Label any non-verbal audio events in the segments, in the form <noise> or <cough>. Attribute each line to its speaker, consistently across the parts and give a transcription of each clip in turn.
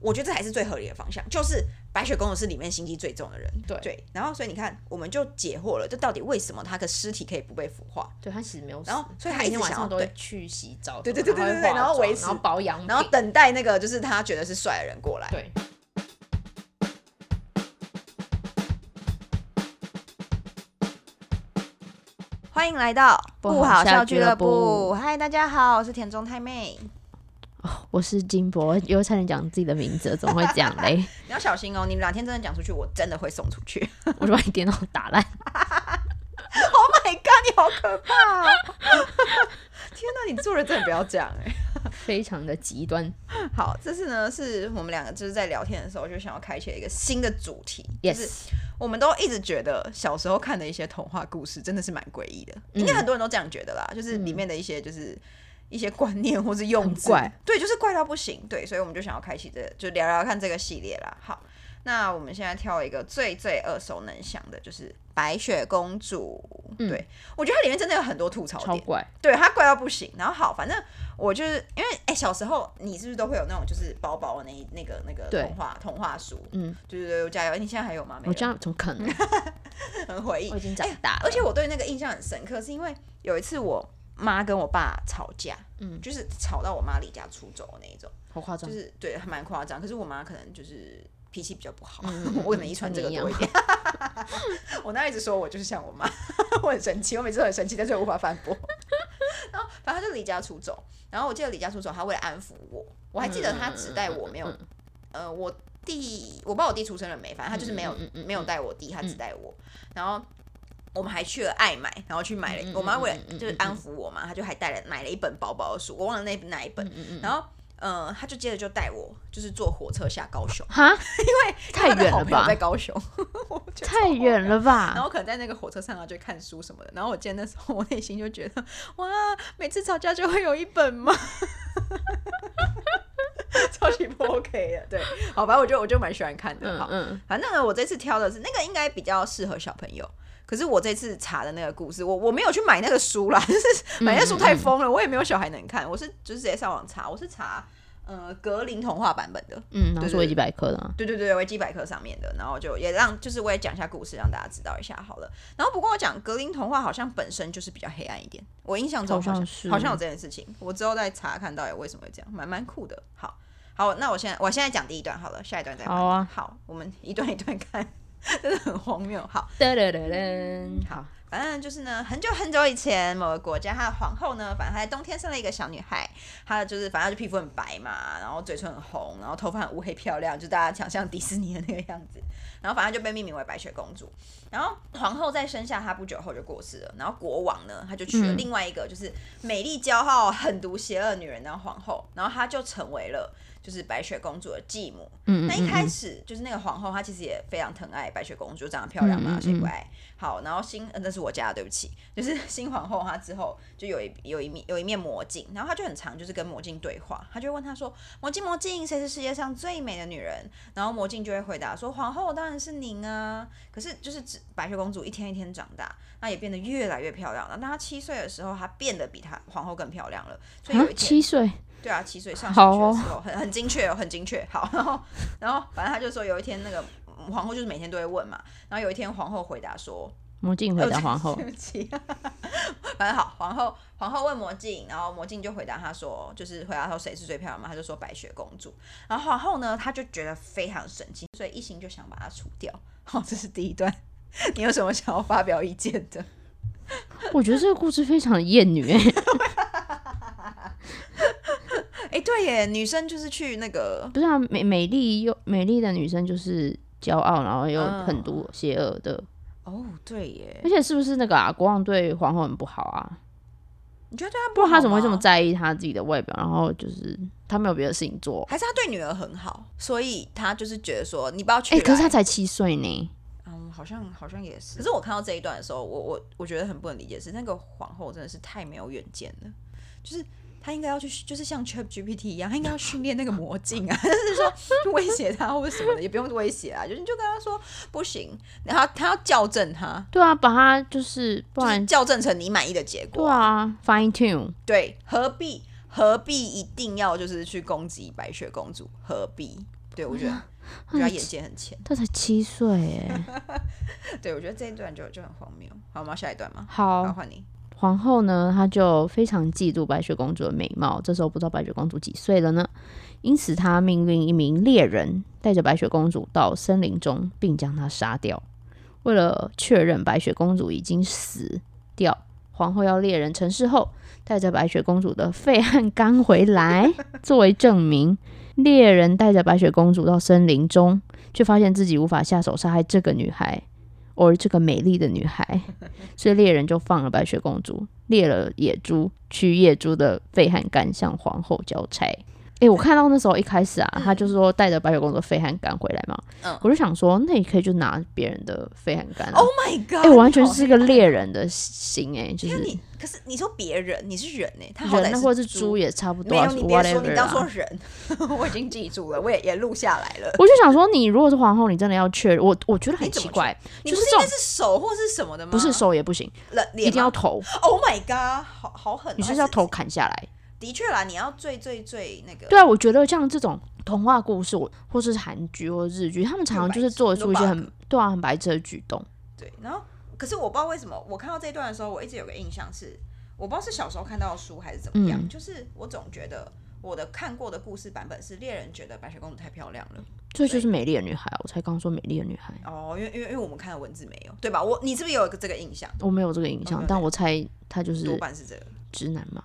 Speaker 1: 我觉得这才是最合理的方向，就是白雪公主是里面心机最重的人。
Speaker 2: 对
Speaker 1: 对，然后所以你看，我们就解惑了，这到底为什么她的尸体可以不被腐化？
Speaker 2: 对他其实没有死，
Speaker 1: 然后所以他
Speaker 2: 每
Speaker 1: 一
Speaker 2: 天
Speaker 1: 直
Speaker 2: 晚
Speaker 1: 想
Speaker 2: 上
Speaker 1: 要
Speaker 2: 都会
Speaker 1: 对
Speaker 2: 去洗澡什么，
Speaker 1: 对对对对
Speaker 2: 还会
Speaker 1: 对对
Speaker 2: 化
Speaker 1: 然后维
Speaker 2: 妆
Speaker 1: 持
Speaker 2: 然后保养品，
Speaker 1: 然后等待那个就是他觉得是帅的人过来。
Speaker 2: 嗯对，
Speaker 1: 欢迎来到
Speaker 2: 不好笑俱乐部
Speaker 1: 嗨，大家好，我是田中太妹。
Speaker 2: 我是金博，又差点讲自己的名字了，怎么会这样嘞？
Speaker 1: 你要小心哦，你哪天真的讲出去，我真的会送出去。
Speaker 2: 我就把你电脑打烂。
Speaker 1: oh my god，你好可怕、哦！ <laughs> 天哪，你做人真的不要这样哎、
Speaker 2: 非常的极端。
Speaker 1: <laughs> 好，这次呢是我们两个就是在聊天的时候就想要开启一个新的主题就是
Speaker 2: Yes，
Speaker 1: 我们都一直觉得小时候看的一些童话故事真的是蛮诡异的，
Speaker 2: 嗯
Speaker 1: 应该很多人都这样觉得啦，就是里面的一些就是。一些观念或是用字，
Speaker 2: 很怪
Speaker 1: 对，就是怪到不行，对，所以我们就想要开启这就聊聊看这个系列啦。好，那我们现在挑一个最最耳熟能详的，就是《白雪公主》
Speaker 2: 嗯
Speaker 1: 对，我觉得它里面真的有很多吐槽
Speaker 2: 超
Speaker 1: 点，
Speaker 2: 怪。
Speaker 1: 对它怪到不行。然后好，反正我就是因为哎、小时候你是不是都会有那种就是薄薄的那一那个那个
Speaker 2: 对
Speaker 1: 童话童话书？
Speaker 2: 嗯，
Speaker 1: 对对对，我加油！哎你现在还有吗？没
Speaker 2: 我
Speaker 1: 有
Speaker 2: 这样怎么可能？
Speaker 1: 很回忆
Speaker 2: 我。已经长大了。
Speaker 1: 而且我对那个印象很深刻，是因为有一次我妈跟我爸吵架，
Speaker 2: 嗯
Speaker 1: 就是吵到我妈离家出走的那一种，
Speaker 2: 好夸
Speaker 1: 就
Speaker 2: 张，
Speaker 1: 是对，还蛮夸张。可是我妈可能就是脾气比较不好，
Speaker 2: 嗯嗯
Speaker 1: 我可能遗传这个多一点。我那一直说我就是像我妈，我很生气，我每次都很生气，但是我无法反驳。然后反正她就离家出走，然后我记得离家出走，她为了安抚我，我还记得她只带我没有
Speaker 2: 嗯嗯嗯
Speaker 1: 呃，我弟，我不知道我弟出生了没，反正他就是没有、
Speaker 2: 嗯嗯嗯嗯
Speaker 1: 没有带我弟，他只带我。然后我们还去了爱买，然后去买了，
Speaker 2: 嗯嗯嗯
Speaker 1: 我妈为了
Speaker 2: 嗯嗯嗯
Speaker 1: 就是安抚我嘛，她就还带了买了一本薄薄的书，我忘了那哪一
Speaker 2: 嗯
Speaker 1: 本。然后呃，他就接着就带我就是坐火车下高雄，
Speaker 2: 哈， <laughs> 太
Speaker 1: 他的
Speaker 2: 远
Speaker 1: 好
Speaker 2: 了
Speaker 1: 朋友
Speaker 2: 吧
Speaker 1: 在高雄， <laughs> 我觉得
Speaker 2: 太远了吧？
Speaker 1: 然后可能在那个火车上啊，就看书什么的。然后我记得那时候 <laughs> 我内心就觉得，哇，每次吵架就会有一本吗？ <laughs> 超级不 OK 的，对，好，反正我就我就蛮喜欢看的。
Speaker 2: 嗯
Speaker 1: 好，
Speaker 2: 嗯，
Speaker 1: 反正呢，我这次挑的是那个应该比较适合小朋友。可是我这次查的那个故事，我我没有去买那个书啦， <laughs> 就是买那书太疯了，我也没有小孩能看，我是就是直接上网查，我是查呃格林童话版本的，
Speaker 2: 嗯，然后
Speaker 1: 对
Speaker 2: 是维基百科的啊，
Speaker 1: 对对对，维基百科上面的，然后就也让就是我也讲一下故事，让大家知道一下好了。然后不过我讲格林童话好像本身就是比较黑暗一点，我印象中好像
Speaker 2: 好像是
Speaker 1: 好像有这件事情，我之后再查看到底为什么会这样，蛮蛮酷的。好，好，那我现在我现在讲第一段好了，下一段再换你
Speaker 2: 好啊
Speaker 1: 好，我们一段一段看， <laughs> 真的很荒谬。好，
Speaker 2: 噔噔噔噔，嗯好，
Speaker 1: 反正就是呢，很久很久以前，某个国家它的皇后呢，反正她在冬天生了一个小女孩，她就是反正她就皮肤很白嘛，然后嘴唇很红，然后头发很乌黑漂亮，就大家想象迪士尼的那个样子。然后反正就被命名为白雪公主。然后皇后在生下她不久后就过世了，然后国王呢，他就娶了
Speaker 2: 嗯
Speaker 1: 另外一个就是美丽骄傲、狠毒邪恶的女人当皇后，然后她就成为了就是白雪公主的继母。
Speaker 2: 嗯嗯
Speaker 1: 那一开
Speaker 2: 嗯
Speaker 1: 始就是那个皇后，她其实也非常疼爱白雪公主，长得漂亮
Speaker 2: 嗯
Speaker 1: 嘛，
Speaker 2: 嗯
Speaker 1: 谁不爱？好，然后新、呃、那是我家的，对不起，就是 <laughs> 新皇后她之后就有一有一面有一面魔镜，然后她就很常就是跟魔镜对话，她就会问她说：“魔镜魔镜，谁是世界上最美的女人？”然后魔镜就会回答说：“皇后当然是您啊。”可是就是指白雪公主一天一天长大，那也变得越来越漂亮了。那她七岁的时候，她变得比她皇后更漂亮了，所以有一，
Speaker 2: 啊
Speaker 1: 天
Speaker 2: 七岁，
Speaker 1: 对啊，七岁上小
Speaker 2: 好
Speaker 1: 学的
Speaker 2: 哦
Speaker 1: 时候，很很精确哦，很精确。好， <laughs> 然后然后反正他就说有一天那个嗯皇后就是每天都会问嘛，然后有一天皇后回答说， <laughs>
Speaker 2: 魔镜回答皇后
Speaker 1: 对，不起，反正好，皇后皇后问魔镜，然后魔镜就回答他说，就是回答说谁是最漂亮嘛，他就说白雪公主。然后皇后呢，她就觉得非常生气，所以一心就想把她除掉。 <laughs> 好，这是第一段。 <laughs> 你有什么想要发表意见的？
Speaker 2: 我觉得这个故事非常的厌女，哎
Speaker 1: 哎、对耶，女生就是去那个
Speaker 2: 不是啊，美美丽又美丽的女生就是骄傲，然后又
Speaker 1: 嗯
Speaker 2: 狠毒邪恶的，
Speaker 1: 哦，对耶
Speaker 2: 而，且是不是那个啊？国王对皇后很不好啊，
Speaker 1: 你觉得对她
Speaker 2: 不然他怎么会这
Speaker 1: 好
Speaker 2: 么
Speaker 1: 吗
Speaker 2: 在意他自己的外表？然后就是他没有别的事情做。
Speaker 1: 还是他对女儿很好，所以他就是觉得说你不要去
Speaker 2: 哎、
Speaker 1: 来。
Speaker 2: 可是他才七岁呢，
Speaker 1: 嗯，好像好像也是。可是我看到这一段的时候，我我我觉得很不能理解，是那个皇后真的是太没有远见了，就是。她应该要去，就是像 Chat GPT 一样，她应该要训 <laughs> 练那个魔镜啊，就是说威胁她或者什么的，也不用威胁啊，就是你就跟她说不行，然后她要校正她，
Speaker 2: 对啊，把他就是不
Speaker 1: 就是
Speaker 2: 然
Speaker 1: 校正成你满意的结果
Speaker 2: 对。啊，fine tune，
Speaker 1: 对，何必何必一定要就是去攻击白雪公主？何必？对啊我觉得，我觉得他眼界很浅。
Speaker 2: 他才七岁哎。
Speaker 1: 对我觉得这一段就就很荒谬。好，我们要下一段吗？好，
Speaker 2: 好，
Speaker 1: 换你。
Speaker 2: 皇后呢，她就非常嫉妒白雪公主的美貌。这时候不知道白雪公主几岁了呢，因此她命令一名猎人带着白雪公主到森林中，并将她杀掉。为了确认白雪公主已经死掉，皇后要猎人陈氏后带着白雪公主的肺和肝回来作为证明。猎人带着白雪公主到森林中，却发现自己无法下手杀害这个女孩，而这个美丽的女孩。所以猎人就放了白雪公主，猎了野猪，取野猪的肺和肝向皇后交差。诶，我看到那时候一开始啊，他就是说带着白雪公主的肺和肝回来嘛，
Speaker 1: 嗯
Speaker 2: 我就想说，那你可以就拿别人的肺和肝、啊。
Speaker 1: Oh my god！
Speaker 2: 哎、我完全是一个
Speaker 1: 你好
Speaker 2: 猎人的心哎、就
Speaker 1: 厉害。
Speaker 2: 是
Speaker 1: 看你，可是你说别人，你是人哎、他好
Speaker 2: 人
Speaker 1: 歹
Speaker 2: 那或者是猪，也差不多、
Speaker 1: 没
Speaker 2: 啊、
Speaker 1: 有你别说，
Speaker 2: whatever
Speaker 1: 你当做
Speaker 2: 啊。
Speaker 1: 人， <laughs> 我已经记住了，我也也录下来了。
Speaker 2: 我就想说，你如果是皇后，你真的要确认我，我觉得很
Speaker 1: 你怎么
Speaker 2: 奇怪，
Speaker 1: 你
Speaker 2: 就
Speaker 1: 不
Speaker 2: 是
Speaker 1: 是
Speaker 2: 这
Speaker 1: 应
Speaker 2: 种
Speaker 1: 该是手或是什么的吗？
Speaker 2: 不是手也不行，
Speaker 1: 人，
Speaker 2: 一
Speaker 1: 脸
Speaker 2: 定要
Speaker 1: 吗
Speaker 2: 头，
Speaker 1: Oh my god！好好狠哦、
Speaker 2: 你就
Speaker 1: 还
Speaker 2: 是要头砍下来。
Speaker 1: 的确啦，你要最最最那个，
Speaker 2: 对啊，我觉得像这种童话故事，我或是韩剧或日剧，他们常常就是做出一些
Speaker 1: 很
Speaker 2: 很对啊很白痴的举动。
Speaker 1: 对。然后，可是我不知道为什么，我看到这一段的时候，我一直有个印象是，我不知道是小时候看到的书还是怎么样，
Speaker 2: 嗯
Speaker 1: 就是我总觉得我的看过的故事版本是猎人觉得白雪公主太漂亮了。
Speaker 2: 这就是美丽的女孩，啊我才刚说美丽的女孩，啊
Speaker 1: 哦，因为因为因为我们看的文字没有，对吧？我你是不是也有一个这个印象？
Speaker 2: 我没有这个印
Speaker 1: 哦没
Speaker 2: 象
Speaker 1: 有，
Speaker 2: 但我猜他就
Speaker 1: 多
Speaker 2: 是
Speaker 1: 半是这个。
Speaker 2: 直男嘛。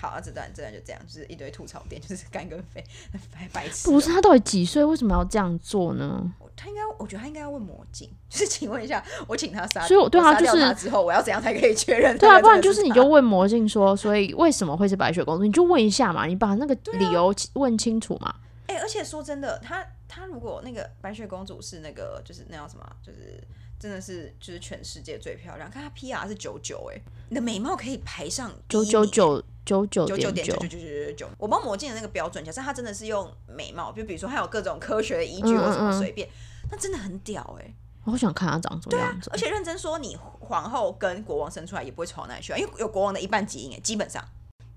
Speaker 1: 好，那这段这段就这样，就是一堆吐槽点，就是干跟飞，白白痴哦。
Speaker 2: 不是他到底几岁？为什么要这样做呢？
Speaker 1: 他应该，我觉得他应该要问魔镜，就是请问一下，我请他杀，
Speaker 2: 所以我对
Speaker 1: 我
Speaker 2: 他
Speaker 1: 杀
Speaker 2: 就
Speaker 1: 掉
Speaker 2: 是
Speaker 1: 他之后，我要怎样才可以确认？
Speaker 2: 对啊，不然
Speaker 1: 就
Speaker 2: 就是你就问魔镜说，所以为什么会是白雪公主？你就问一下嘛，你把那个
Speaker 1: 啊
Speaker 2: 理由问清楚嘛。
Speaker 1: 哎、而且说真的，他他如果那个白雪公主是那个就是那叫什么啊，就是真的是就是全世界最漂亮，看她 PR 是九九，哎，你的美貌可以排上
Speaker 2: 九九九九九
Speaker 1: 啊九九
Speaker 2: 点
Speaker 1: 点
Speaker 2: 九
Speaker 1: 九九，九九九九。我帮魔镜的那个标准，假设他真的是用美貌，就比如说他有各种科学的依据
Speaker 2: 嗯
Speaker 1: 或什么
Speaker 2: 嗯嗯
Speaker 1: 随便，那真的很屌哎、
Speaker 2: 我好想看他长什么样子
Speaker 1: 啊而。且认真说，你皇后跟国王生出来也不会丑到哪里去啊，因为有国王的一半基因哎、基本上。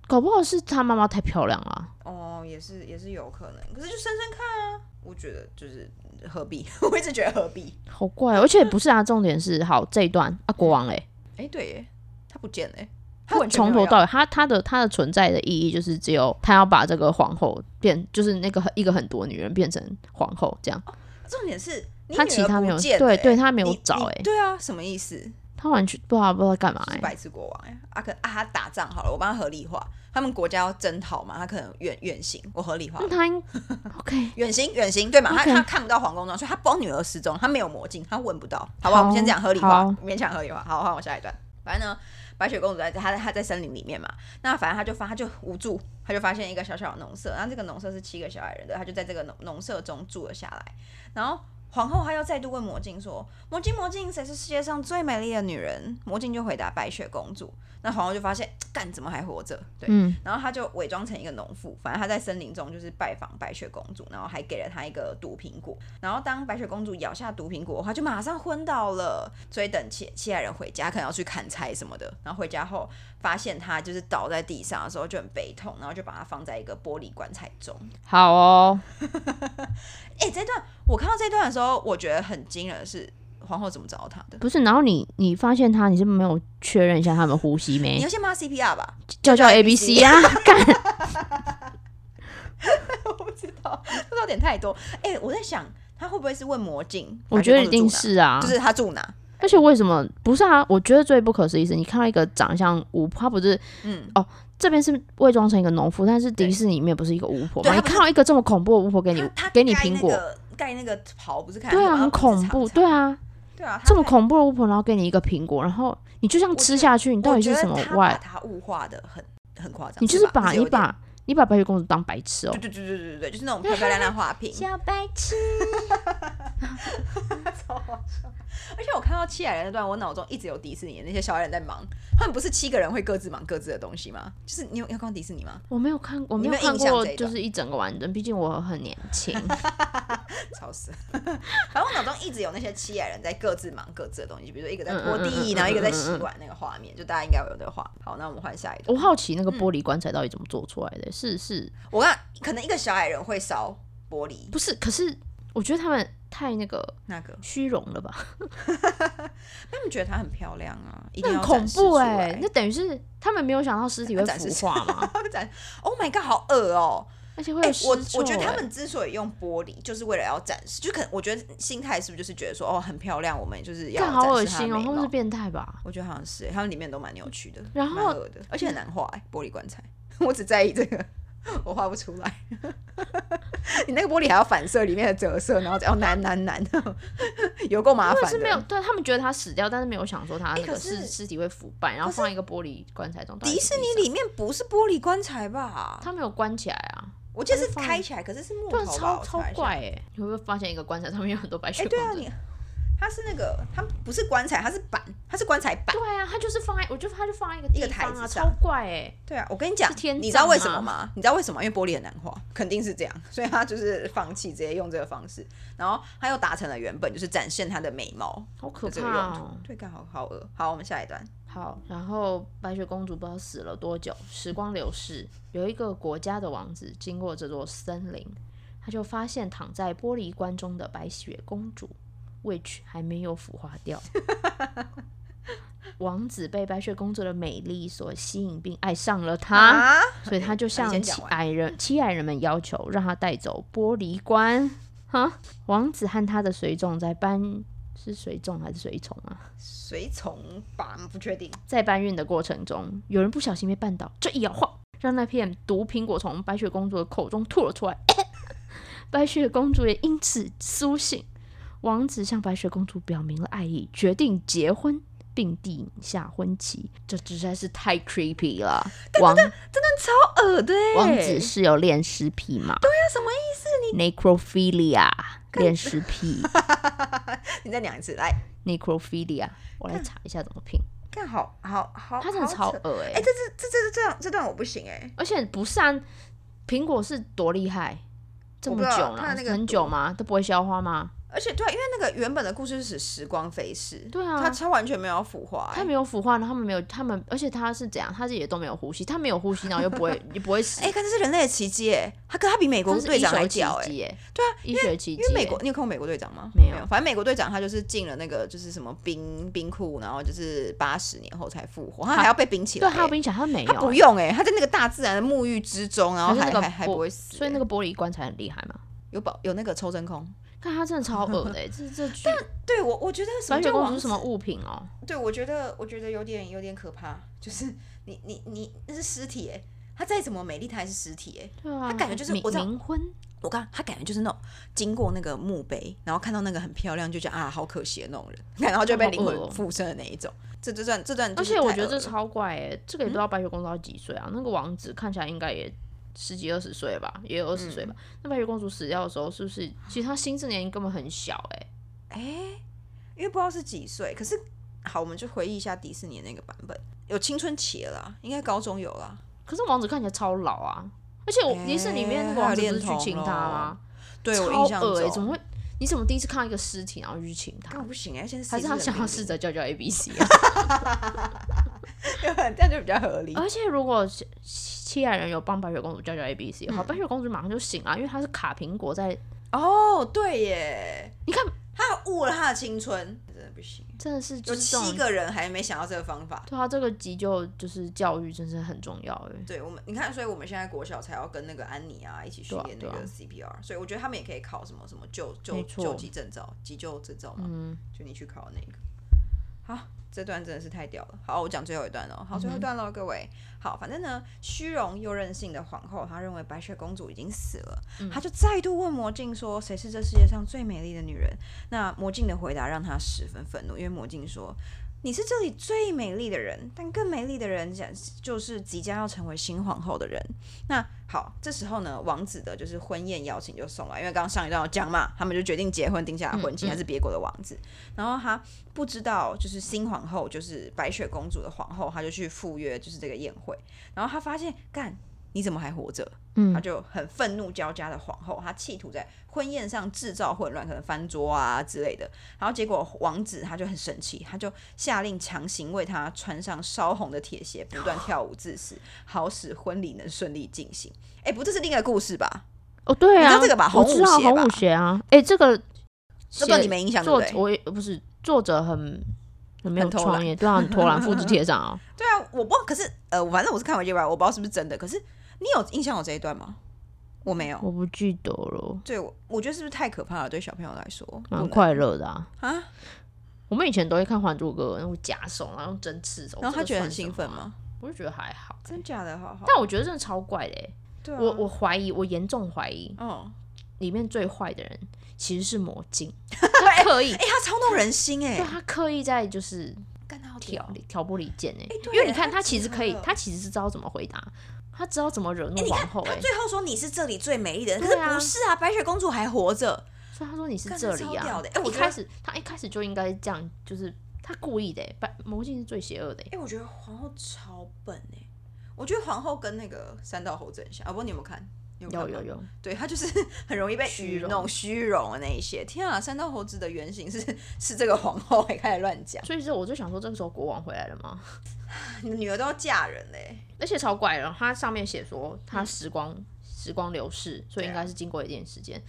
Speaker 2: 搞不好是他妈妈太漂亮了。啊
Speaker 1: 哦，也是也是有可能，可是就生生看啊，我觉得就是何必？我一直觉得何必？
Speaker 2: 好怪哦，而且不是啊，重点是好这一段啊，国王嘞，
Speaker 1: 哎、对耶，他不见了耶，他
Speaker 2: 他
Speaker 1: 完全
Speaker 2: 从
Speaker 1: 没有要
Speaker 2: 头到尾，他他的他的存在的意义就是只有他要把这个皇后变，就是那个一个很多女人变成皇后这样，
Speaker 1: 重点是哦你
Speaker 2: 他
Speaker 1: 女
Speaker 2: 其
Speaker 1: 儿
Speaker 2: 他没
Speaker 1: 不
Speaker 2: 有
Speaker 1: 见
Speaker 2: 对
Speaker 1: 了耶欸
Speaker 2: 对他没有
Speaker 1: 你
Speaker 2: 找
Speaker 1: 你
Speaker 2: 哎
Speaker 1: 对啊，什么意思？
Speaker 2: 他完全不知道不知道干嘛
Speaker 1: <laughs> 就是
Speaker 2: 哎、
Speaker 1: 白痴国王哎、啊可啊他打仗好了，我帮他合理化，他们国家要征讨嘛，他可能远远行，我合理化
Speaker 2: 那
Speaker 1: 了。
Speaker 2: 嗯他应 OK
Speaker 1: 远行，远行，对嘛？他
Speaker 2: OK
Speaker 1: 他看不到皇宫装，所以他帮女儿失踪，他没有魔镜，他闻不到，好不好？我们先讲合理化
Speaker 2: 好，
Speaker 1: 勉强合理化。好，换我下一段。反正呢，白雪公主在她在她在森林里面嘛，那反正她就发她就无助，她就发现一个小小的农舍，然后这个农舍是七个小矮人的，她就在这个农农舍中住了下来。然后皇后她又再度问魔镜说：“魔镜，魔镜，谁是世界上最美丽的女人？”魔镜就回答：“白雪公主。”那皇后就发现，干怎么还活着？对，
Speaker 2: 嗯
Speaker 1: 然后他就伪装成一个农妇，反正他在森林中就是拜访白雪公主，然后还给了她一个毒苹果。然后当白雪公主咬下毒苹果，她就马上昏倒了。所以等其其他人回家，可能要去砍柴什么的。然后回家后发现她就是倒在地上的时候就很悲痛，然后就把她放在一个玻璃棺材中。
Speaker 2: 好哦，
Speaker 1: 哎，这段我看到这段的时候，我觉得很惊人的是皇后怎么找到她的？
Speaker 2: 不是，然后你你发现他你是没有确认一下他们呼吸
Speaker 1: 你
Speaker 2: 没
Speaker 1: 要，先帮她 CPR 吧，
Speaker 2: 叫叫 A B
Speaker 1: <laughs>
Speaker 2: C 啊，干
Speaker 1: 我不知道，这有点太多。哎、我在想，她会不会是问魔镜？
Speaker 2: 我觉得
Speaker 1: 白
Speaker 2: 一
Speaker 1: 雪公
Speaker 2: 定
Speaker 1: 主住哪
Speaker 2: 是啊，
Speaker 1: 就是他住哪？
Speaker 2: 而且为什么不是啊？我觉得最不可思议是，你看到一个长相巫婆，她不是，
Speaker 1: 嗯，
Speaker 2: 哦，这边是伪装成一个农夫，但是
Speaker 1: 对
Speaker 2: 迪士尼里面不是一个巫婆
Speaker 1: 对她
Speaker 2: 嘛？你
Speaker 1: 不是
Speaker 2: 看到一个这么恐怖的巫婆给你
Speaker 1: 他他
Speaker 2: 给你
Speaker 1: 盖
Speaker 2: 苹
Speaker 1: 那
Speaker 2: 果，
Speaker 1: 个盖那个袍不是看起来
Speaker 2: 对啊，
Speaker 1: 吗
Speaker 2: 很恐怖，，对啊，
Speaker 1: 对啊，他
Speaker 2: 这么
Speaker 1: 盖。
Speaker 2: 恐怖的巫婆，然后给你一个苹果，然后你就像吃下去，你到底是什么
Speaker 1: 我觉得他把
Speaker 2: 外？
Speaker 1: 他物化的很很夸张，
Speaker 2: 你就是是
Speaker 1: 吧
Speaker 2: 把
Speaker 1: 有
Speaker 2: 你
Speaker 1: 点
Speaker 2: 把啊你把白雪公主当白痴哦、
Speaker 1: 对对对对对对对，就是那种漂漂亮亮画屏，
Speaker 2: 小白痴，
Speaker 1: 超好笑。而且我看到七矮人那段，我脑中一直有迪士尼的那些小矮人在忙，他们不是七个人会各自忙各自的东西吗？就是你有你有看过迪士尼吗？
Speaker 2: 我没有看，我没有
Speaker 1: 你没有
Speaker 2: 看
Speaker 1: 印象
Speaker 2: 过
Speaker 1: 这一，段
Speaker 2: 就是一整个完整，毕竟我很年轻。 <laughs>
Speaker 1: 超死！ <laughs> 反正我脑中一直有那些七矮人在各自忙各自的东西，比如说一个在拖
Speaker 2: 嗯嗯嗯
Speaker 1: 地，
Speaker 2: 嗯
Speaker 1: 然后一个在洗
Speaker 2: 嗯嗯嗯
Speaker 1: 碗那个画面，就大家应该有的画。好，那我们换下一段
Speaker 2: 我。好奇那个玻璃棺材到底怎么做出来的？是是
Speaker 1: 我看可能一个小矮人会烧玻璃
Speaker 2: 不是，可是我觉得他们太那个
Speaker 1: 那个，
Speaker 2: 虚荣了吧？
Speaker 1: 他们觉得她很漂亮啊，一定
Speaker 2: 那
Speaker 1: 要
Speaker 2: 很恐怖欸
Speaker 1: 哎、
Speaker 2: 那等于是他们没有想到尸体会
Speaker 1: 展示
Speaker 2: 腐化
Speaker 1: <laughs>
Speaker 2: 嘛，
Speaker 1: 展，Oh my god，好恶哦、
Speaker 2: 而且会
Speaker 1: 哎、
Speaker 2: 有尸
Speaker 1: 我
Speaker 2: 臭
Speaker 1: 我觉得他
Speaker 2: 欸
Speaker 1: 们之所以用玻璃，就是为了要展示，就可能我觉得心态是不是就是觉得说哦很漂亮，我们就是要
Speaker 2: 干好恶
Speaker 1: 展示她的
Speaker 2: 心哦、
Speaker 1: 美
Speaker 2: 他们
Speaker 1: 貌
Speaker 2: 是。变态吧？
Speaker 1: 我觉得好像是、欸，他们里面都蛮扭曲的，
Speaker 2: 然
Speaker 1: 蛮
Speaker 2: 后
Speaker 1: 恶的，而且很难画、欸、玻璃棺材， <laughs> 我只在意这个， <laughs> 我画不出来。 <laughs> 你那个玻璃还要反射里面的折射，然后再要哦难难 <laughs> 难，有够 <laughs> 麻
Speaker 2: 因为
Speaker 1: 烦
Speaker 2: 是
Speaker 1: 的。
Speaker 2: 没有，对他们觉得他死掉，但是没有想说他
Speaker 1: 哎
Speaker 2: 那个
Speaker 1: 可是
Speaker 2: 尸尸体会腐败，然后
Speaker 1: 可是
Speaker 2: 放一个玻璃棺材中。
Speaker 1: 迪士尼里面不是玻璃棺材吧？
Speaker 2: 他没有关起来啊，
Speaker 1: 我记得
Speaker 2: 它
Speaker 1: 是
Speaker 2: 是放
Speaker 1: 开起来，可是是木
Speaker 2: 对啊，
Speaker 1: 头吧？
Speaker 2: 超
Speaker 1: 我
Speaker 2: 超
Speaker 1: 查一下
Speaker 2: 怪哎、你会不会发现一个棺材上面有很多白
Speaker 1: 哎、
Speaker 2: 雪
Speaker 1: 对啊，
Speaker 2: 公主？
Speaker 1: 你它是那个，它不是棺材，它是板，它是棺材板。
Speaker 2: 对啊，他就是放在，我就他就放在一个
Speaker 1: 一个
Speaker 2: 地
Speaker 1: 台
Speaker 2: 方啊，
Speaker 1: 子
Speaker 2: 超
Speaker 1: 上
Speaker 2: 怪哎、
Speaker 1: 对啊，我跟你讲
Speaker 2: 是，天
Speaker 1: 你知道为什
Speaker 2: 葬
Speaker 1: 么吗？你知道为什么？因为玻璃很难画， <laughs> 肯定是这样，所以他就是放弃直接用这个方式，然后他又达成了原本就是展现她的美貌
Speaker 2: 好可
Speaker 1: 的这个
Speaker 2: 怕
Speaker 1: 用
Speaker 2: 哦、
Speaker 1: 途。对，刚好好恶。好，我们下一段。
Speaker 2: 好，然后白雪公主不知道死了多久，时光流逝，有一个国家的王子经过这座森林，他就发现躺在玻璃棺中的白雪公主，which 还没有腐化掉。 <laughs> 王子被白雪公主的美丽所吸引，并爱上了她，
Speaker 1: 啊，
Speaker 2: 所以他就
Speaker 1: 你先
Speaker 2: 向
Speaker 1: 讲
Speaker 2: 七
Speaker 1: 完
Speaker 2: 矮人七矮人们要求，让他带走玻璃棺。哈，王子和他的随从在搬是随从还是随从啊？
Speaker 1: 随从吧，不确定。
Speaker 2: 在搬运的过程中，有人不小心被绊倒，就一摇晃，让那片毒苹果从白雪公主的口中吐了出来。 <laughs> 白雪公主也因此苏醒。王子向白雪公主表明了爱意，决定结婚，并定下婚期。这实在是太 creepy 了。王
Speaker 1: 好恶的欸
Speaker 2: 王子是有恋尸癖吗？对呀、
Speaker 1: 什么
Speaker 2: 意思？你 necrophilia 恋尸
Speaker 1: <laughs>
Speaker 2: 癖
Speaker 1: 你再讲一次，来，
Speaker 2: necrophilia，我来查一下怎么拼。
Speaker 1: 看好好好，
Speaker 2: 他真的超
Speaker 1: 好扯
Speaker 2: 恶哎、
Speaker 1: 哎、这这这这这段这段我不行哎、
Speaker 2: 而且不善苹果是多厉害，这
Speaker 1: 我
Speaker 2: 么
Speaker 1: 不知道
Speaker 2: 久了，
Speaker 1: 它那个
Speaker 2: 很久吗？都不会消化吗？
Speaker 1: 而且对，因为那个原本的故事是时光飞逝，
Speaker 2: 对啊
Speaker 1: 它超完全没有要腐化、欸，
Speaker 2: 它没有腐化，然后他们没有，他们而且它是怎样？它是也都没有呼吸，它没有呼吸，然后又不
Speaker 1: <laughs>
Speaker 2: 会，也不会死。
Speaker 1: 哎、看这是人类的奇迹哎，他跟他比美
Speaker 2: 它
Speaker 1: 国
Speaker 2: 是
Speaker 1: 队
Speaker 2: 医
Speaker 1: 长还
Speaker 2: 学奇
Speaker 1: 屌哎，
Speaker 2: 迹耶，
Speaker 1: 对啊，
Speaker 2: 医学奇迹
Speaker 1: 因
Speaker 2: 耶，
Speaker 1: 为美国，你有看过美国队长吗？
Speaker 2: 没有
Speaker 1: 反正美国队长他就是进了那个就是什么冰冰库，然后就是八十年后才复活，他还要被冰起来
Speaker 2: 对，
Speaker 1: 欸、
Speaker 2: 还有冰起来，它没
Speaker 1: 他不
Speaker 2: 有。
Speaker 1: 用哎、他在那个大自然的沐浴之中，然后
Speaker 2: 可是
Speaker 1: 还
Speaker 2: 那个
Speaker 1: 还还
Speaker 2: 玻
Speaker 1: 不会死欸、
Speaker 2: 所以那个玻璃棺材很厉害嘛？
Speaker 1: 有保有那个抽真空，
Speaker 2: 看它真的超
Speaker 1: <laughs>
Speaker 2: 恶的耶，欸这这剧
Speaker 1: 对我我觉得什
Speaker 2: 白
Speaker 1: 么
Speaker 2: 雪
Speaker 1: 叫
Speaker 2: 公主
Speaker 1: 王
Speaker 2: 是
Speaker 1: 子
Speaker 2: 什么物品哦？
Speaker 1: 对，我觉得我觉得有点有点可怕，就是你你你那是尸体哎、欸，他再怎么美丽，他还是尸体哎、欸。
Speaker 2: 对啊，
Speaker 1: 它感觉就是
Speaker 2: 冥
Speaker 1: 我知道
Speaker 2: 冥婚，
Speaker 1: 我刚他感觉就是那种经过那个墓碑，然后看到那个很漂亮，就觉得啊好可惜的那种人，然后就被灵
Speaker 2: 好恶哦
Speaker 1: 魂附身的那一种。这这段这段就
Speaker 2: 而
Speaker 1: 是
Speaker 2: 且
Speaker 1: 太恶了，嗯
Speaker 2: 我觉得这超怪哎、这个也不知道白雪公主要几岁啊、那个王子看起来应该也十几二十岁吧，也有二十岁吧、
Speaker 1: 嗯
Speaker 2: 那白雪公主死掉的时候，是不是其实她心智年龄根本很小哎、
Speaker 1: 哎、因为不知道是几岁，可是好，我们就回忆一下迪士尼那个版本，有青春期了啦，应该高中有啦。
Speaker 2: 可是王子看起来超老啊，而且我
Speaker 1: 哎
Speaker 2: 迪士尼里面那个王子不是去亲她吗？
Speaker 1: 对我印象
Speaker 2: 超恶哎、
Speaker 1: 中，
Speaker 2: 怎么会？你怎么第一次看到一个尸体然后就去亲她
Speaker 1: 干？我不行哎、欸，现在
Speaker 2: 还是他想要
Speaker 1: 试
Speaker 2: 试
Speaker 1: <laughs>
Speaker 2: 着教教 A B C 啊？
Speaker 1: 这样就比较合理。
Speaker 2: 而且如果七七矮人有帮白雪公主教教 A B C 的
Speaker 1: 嗯
Speaker 2: 话，白雪公主马上就醒啊，因为她是卡苹果在，
Speaker 1: 哦，对耶，
Speaker 2: 你看
Speaker 1: 他误了他的青春，真的不行。
Speaker 2: 真的是就
Speaker 1: 有
Speaker 2: 是这种
Speaker 1: 七个人还没想到这个方法，
Speaker 2: 对啊，这个急救就是教育，真是很重要哎。
Speaker 1: 对我们，你看，所以我们现在国小才要跟那个安妮啊一起训
Speaker 2: 对啊
Speaker 1: 练那
Speaker 2: 对啊
Speaker 1: 个 CPR，、所以我觉得他们也可以考什么什么救救
Speaker 2: 没错
Speaker 1: 救急证照、急救证照嘛，
Speaker 2: 嗯，
Speaker 1: 就你去考那个。好，这段真的是太屌了。好，我讲最后一段
Speaker 2: 嗯
Speaker 1: 哦。好，最后一段喽，各位。好，反正呢，虚荣又任性的皇后，她认为白雪公主已经死了，
Speaker 2: 嗯
Speaker 1: 她就再度问魔镜说：“谁是这世界上最美丽的女人？”那魔镜的回答让她十分愤怒，因为魔镜说：“你是这里最美丽的人，但更美丽的人讲就是即将要成为新皇后的人。”那好，这时候呢，王子的就是婚宴邀请就送来，因为刚刚上一段有讲嘛，他们就决定结婚，定下了婚期，嗯还是别国的王子。然后他不知道，就是新皇后，就是白雪公主的皇后，她就去赴约，就是这个宴会。然后她发现，干，你怎么还活着？
Speaker 2: 嗯
Speaker 1: 她就很愤怒交加的皇后，她企图在婚宴上制造混乱，可能翻桌啊之类的。然后结果王子他就很生气，他就下令强行为她穿上烧红的铁鞋，不断跳舞致死，好使婚礼能顺利进行。哎，不，这是另一个故事吧？
Speaker 2: 哦，对
Speaker 1: 你
Speaker 2: 啊，
Speaker 1: 知道这个吧
Speaker 2: 我
Speaker 1: 红舞
Speaker 2: 知道
Speaker 1: 鞋吧
Speaker 2: 红舞鞋啊，哎、这个
Speaker 1: 这个
Speaker 2: 写
Speaker 1: 你没印象对
Speaker 2: 作
Speaker 1: 不
Speaker 2: 者
Speaker 1: 对？
Speaker 2: 我也不是作者很很没有
Speaker 1: 很偷
Speaker 2: 创
Speaker 1: 懒
Speaker 2: 意，对啊，很偷懒，复制贴上
Speaker 1: <laughs>
Speaker 2: 啊。
Speaker 1: 对啊，我不知道，可是呃，反正我是看维基百科，我不知道是不是真的。可是你有印象有这一段吗？我没有。
Speaker 2: 我不记得了，
Speaker 1: 对，我我觉得是不是太可怕了？对小朋友来说，
Speaker 2: 蛮
Speaker 1: 不能
Speaker 2: 快乐的啊。
Speaker 1: 啊。
Speaker 2: 我们以前都会看《还珠格格》，然后夹手，然后用针刺手，
Speaker 1: 然后他
Speaker 2: 这个
Speaker 1: 觉得很
Speaker 2: 算什
Speaker 1: 兴
Speaker 2: 么
Speaker 1: 奋
Speaker 2: 啊？
Speaker 1: 吗？
Speaker 2: 我就觉得还好，
Speaker 1: 真假的，好好。
Speaker 2: 但我觉得真的超怪的欸、
Speaker 1: 对啊，
Speaker 2: 我我怀疑，我严重怀疑
Speaker 1: 嗯，
Speaker 2: 里面最坏的人其实是魔
Speaker 1: <laughs>
Speaker 2: 镜，
Speaker 1: 对
Speaker 2: 他刻
Speaker 1: <laughs>
Speaker 2: 意，
Speaker 1: 哎，他超弄人心哎
Speaker 2: 对，啊他刻意在就是
Speaker 1: 干他好屌哦
Speaker 2: 挑挑拨离间哎，
Speaker 1: 对
Speaker 2: 因为你看
Speaker 1: 他
Speaker 2: 他其实
Speaker 1: 真的
Speaker 2: 可以，他其实是知道怎么回答，他知道怎么惹怒皇后哎、
Speaker 1: 最后说你是这里最美丽的人，可
Speaker 2: 对
Speaker 1: 是
Speaker 2: 啊
Speaker 1: 不是啊，白雪公主还活着。
Speaker 2: 所以他说你是
Speaker 1: 干
Speaker 2: 这
Speaker 1: 这
Speaker 2: 里
Speaker 1: 超
Speaker 2: 啊
Speaker 1: 屌的，哎
Speaker 2: 他
Speaker 1: 我
Speaker 2: 一
Speaker 1: 觉
Speaker 2: 开
Speaker 1: 得
Speaker 2: 始他一开始就应该这样，就是他故意的欸、白魔镜是最邪恶的欸、
Speaker 1: 哎，我觉得皇后超笨哎，我觉得皇后跟那个三道猴子很像啊，不过你有没有看？你
Speaker 2: 有
Speaker 1: 看吗
Speaker 2: 有，有，
Speaker 1: 对他就是 <laughs> 很容易被
Speaker 2: 虚
Speaker 1: 愚
Speaker 2: 荣
Speaker 1: 弄、虚荣的那一些。天啊，三道猴子的原型是是这个皇后，还开始乱
Speaker 2: <laughs>
Speaker 1: 讲，
Speaker 2: 所以是我就想说这个时候国王回来了吗？
Speaker 1: 你的女儿都要嫁人嘞。
Speaker 2: 而且超怪的，它上面写说它
Speaker 1: 嗯
Speaker 2: 时光、时光流逝，所
Speaker 1: 啊
Speaker 2: 以应该是经过一定时间，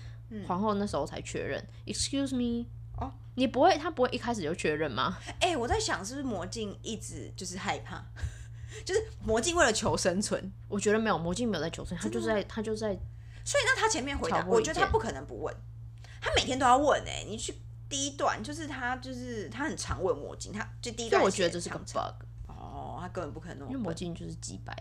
Speaker 2: 皇后那时候才确认。Excuse
Speaker 1: 嗯
Speaker 2: me，
Speaker 1: 哦，
Speaker 2: 你不会，他不会一开始就确认吗？
Speaker 1: 哎、我在想是不是魔镜一直就是害怕， <laughs> 就是魔镜为了求生存，
Speaker 2: 我觉得没有，魔镜没有在求生，他就是在他就在
Speaker 1: 所以那他前面回
Speaker 2: 挑
Speaker 1: 答，
Speaker 2: 拨
Speaker 1: 我
Speaker 2: 离
Speaker 1: 觉得
Speaker 2: 间
Speaker 1: 他不可能不问，他每天都要问哎、你去第一段就是他就是他很常问魔镜，他就第一
Speaker 2: 所以
Speaker 1: 段
Speaker 2: 我觉得
Speaker 1: 写
Speaker 2: 这是个
Speaker 1: 常常
Speaker 2: bug，
Speaker 1: 哦，他根本不可能那
Speaker 2: 因为
Speaker 1: 么
Speaker 2: 魔
Speaker 1: 笨。
Speaker 2: 镜就是几百，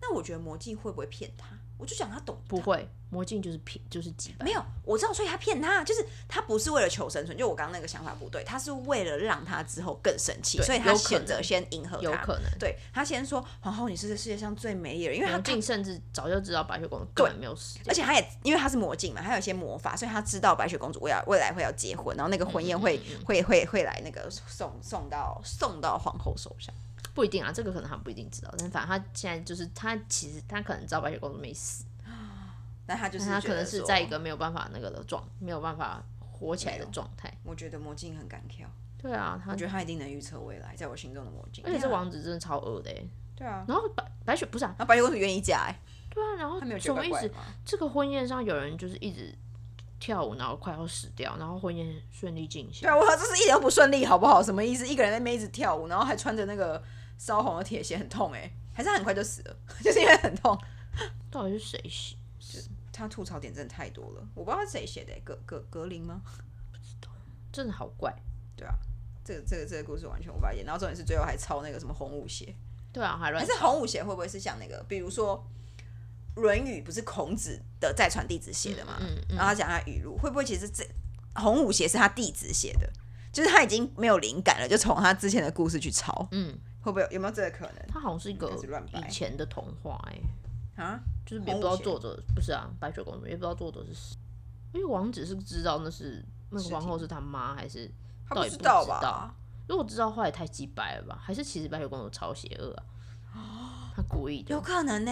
Speaker 1: 那我觉得魔镜会不会骗他？我就想他懂
Speaker 2: 不会，魔镜就是骗就是几百
Speaker 1: 没，有，我知道，所以他骗他，就是他不是为了求生存，就我刚刚那个想法不对，他是为了让他之后更生气，
Speaker 2: 对
Speaker 1: 所以他
Speaker 2: 有可
Speaker 1: 选择
Speaker 2: 能
Speaker 1: 先迎合他。
Speaker 2: 有可能。
Speaker 1: 对他先说皇后，你是这世界上最美丽的人，因为他
Speaker 2: 魔镜甚至早就知道白雪公主根本没有死，
Speaker 1: 而且他也因为他是魔镜嘛，他有一些魔法，所以他知道白雪公主未来未来会要结婚，然后那个婚宴会、
Speaker 2: 嗯
Speaker 1: 会会会来那个送送到送到皇后手上。
Speaker 2: 不一定啊，这个可能他不一定知道，但反正他现在就是他其实他可能知道白雪公主没死，
Speaker 1: 那他就是
Speaker 2: 但他
Speaker 1: 觉
Speaker 2: 可能
Speaker 1: 得
Speaker 2: 是
Speaker 1: 说
Speaker 2: 在一，个没有办法那个的状，没有办法火起来的状态。
Speaker 1: 我觉得魔镜很敢跳，
Speaker 2: 对啊，他
Speaker 1: 我觉得他一定能预测未来，在我心中的魔镜。
Speaker 2: 而且这
Speaker 1: 对啊
Speaker 2: 王子真的超恶的欸、
Speaker 1: 对啊，
Speaker 2: 然后白白雪不是啊，
Speaker 1: 然后白雪公主愿意嫁、欸，
Speaker 2: 对啊，然后
Speaker 1: 他没有觉
Speaker 2: 什
Speaker 1: 得
Speaker 2: 么
Speaker 1: 怪
Speaker 2: 意
Speaker 1: 怪
Speaker 2: 思
Speaker 1: 的？吗？
Speaker 2: 这个婚宴上有人就是一直跳舞，然后快要死掉，然后婚宴顺利进行
Speaker 1: 对。啊，我这是一点都不顺利，好不好？什么意思？一个人在那边一直跳舞，然后还穿着那个烧红的铁鞋，很痛哎、还是他很快就死了， <laughs> 就是因为很痛。
Speaker 2: 到底是谁写？
Speaker 1: 他吐槽点真的太多了，我不知道是谁写的、欸，格格格林吗？
Speaker 2: 真的好怪。
Speaker 1: 这个这个这个故事完全无法演，然后重点是最后还抄那个什么红舞鞋，
Speaker 2: 对啊，还乱
Speaker 1: 还是红舞鞋会不会是像那个，比如说《论语》不是孔子的再传弟子写的嘛？
Speaker 2: 嗯嗯嗯
Speaker 1: 然后他讲他语录，会不会其实这红舞鞋是他弟子写的？就是他已经没有灵感了，就从他之前的故事去抄，
Speaker 2: 嗯，
Speaker 1: 会不会有有没有这个可能
Speaker 2: 他好像是一个
Speaker 1: 开始乱掰
Speaker 2: 以前的童话哎、
Speaker 1: 啊？
Speaker 2: 就是也不知道作者不是啊，白雪公主也不知道作者是谁，因为王子是知道那是那个
Speaker 1: 尸体
Speaker 2: 皇后是他妈还是
Speaker 1: 他
Speaker 2: 到
Speaker 1: 不
Speaker 2: 底
Speaker 1: 知
Speaker 2: 不
Speaker 1: 道
Speaker 2: 知
Speaker 1: 吧？
Speaker 2: 道如果知道的话也太鸡掰了吧？还是其实白雪公主超邪恶啊？她故意
Speaker 1: 有
Speaker 2: 的，
Speaker 1: 可能呢、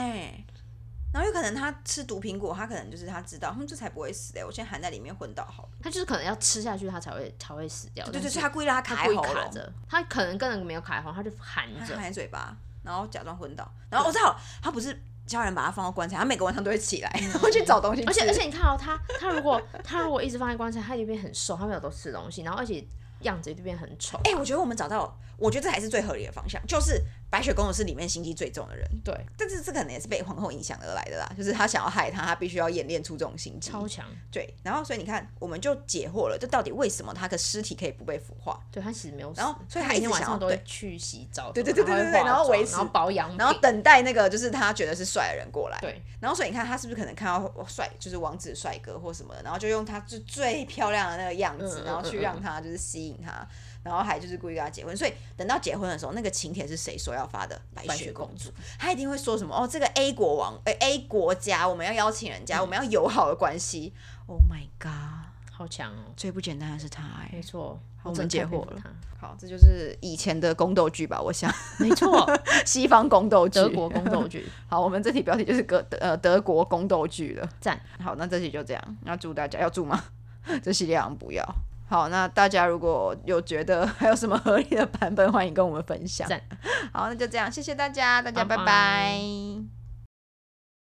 Speaker 1: 然后有可能他吃毒苹果，他可能就是他知道，嗯，这才不会死嘞、我现在含在里面昏倒好了。
Speaker 2: 她就是可能要吃下去，她才会才会死掉。
Speaker 1: 对对，
Speaker 2: 哦但是
Speaker 1: 所以他故意让他
Speaker 2: 她
Speaker 1: 卡
Speaker 2: 故
Speaker 1: 在
Speaker 2: 意
Speaker 1: 喉
Speaker 2: 卡
Speaker 1: 咙，
Speaker 2: 着，她可能根本没有卡在喉咙，她就含
Speaker 1: 他
Speaker 2: 着
Speaker 1: 含。在嘴巴，然后假装昏倒。然后我知道了，他不是家人把他放到棺材，他每个晚上都会起来， <laughs> 然后去找东西吃。
Speaker 2: 嗯而且而且你看哦，她她如果她如果一直放在棺材，她就变很瘦，她没有多吃东西，然后而且样子就变很丑。
Speaker 1: 哎、我觉得我们找到，我觉得这才是最合理的方向，就是白雪公主是里面心机最重的人，
Speaker 2: 对，
Speaker 1: 但是这可能也是被皇后影响而来的啦，就是她想要害她，她必须要演练出这种心机。
Speaker 2: 超强。
Speaker 1: 对，然后所以你看，我们就解惑了，这到底为什么她的尸体可以不被腐化？
Speaker 2: 对她其实没有死，
Speaker 1: 然后所以
Speaker 2: 她
Speaker 1: 她
Speaker 2: 每
Speaker 1: 一
Speaker 2: 天
Speaker 1: 直
Speaker 2: 晚
Speaker 1: 想
Speaker 2: 上
Speaker 1: 要
Speaker 2: 都会
Speaker 1: 对
Speaker 2: 去洗澡什么，
Speaker 1: 对对对
Speaker 2: 然
Speaker 1: 对对
Speaker 2: 会
Speaker 1: 对然
Speaker 2: 化
Speaker 1: 后维
Speaker 2: 妆然后
Speaker 1: 持
Speaker 2: 保养品，
Speaker 1: 然后等待那个就是她觉得是帅的人过来。
Speaker 2: 嗯对，
Speaker 1: 然后所以你看，他是不是可能看到帅，就是王子帅哥或什么的，然后就用他就最漂亮的那个样子，
Speaker 2: 嗯嗯
Speaker 1: 然后去
Speaker 2: 嗯
Speaker 1: 让
Speaker 2: 嗯
Speaker 1: 他就是吸引他，然后还就是故意跟他结婚。所以等到结婚的时候，那个请帖是谁说要发的？白
Speaker 2: 白
Speaker 1: 雪
Speaker 2: 雪
Speaker 1: 公
Speaker 2: 公
Speaker 1: 主，她一定会说什么哦，这个 A 国王，呃 A 国家，我们要邀请人
Speaker 2: 嗯
Speaker 1: 家，我们要友好的关系。Oh my god，
Speaker 2: 好强哦，
Speaker 1: 最不简单的是他哎、
Speaker 2: 没错，
Speaker 1: 好
Speaker 2: 我
Speaker 1: 我们
Speaker 2: 真的太
Speaker 1: 解
Speaker 2: 佩
Speaker 1: 惑
Speaker 2: 服
Speaker 1: 了
Speaker 2: 她，
Speaker 1: <laughs> 好，这就是以前的宫斗剧吧，我想 <laughs>
Speaker 2: 没错，
Speaker 1: 西方宫斗剧。
Speaker 2: 德国宫斗剧，
Speaker 1: 好，我们这题标题就是德呃德国宫斗剧了，
Speaker 2: 赞。
Speaker 1: 好，那这期就这样，那祝大家要祝吗？ <laughs> 这系列好像不要。好，那大家如果有觉得还有什么合理的版本，欢迎跟我们分享
Speaker 2: 赞。
Speaker 1: 好，那就这样，谢谢大家，大家
Speaker 2: 拜
Speaker 1: 拜
Speaker 2: 拜
Speaker 1: 拜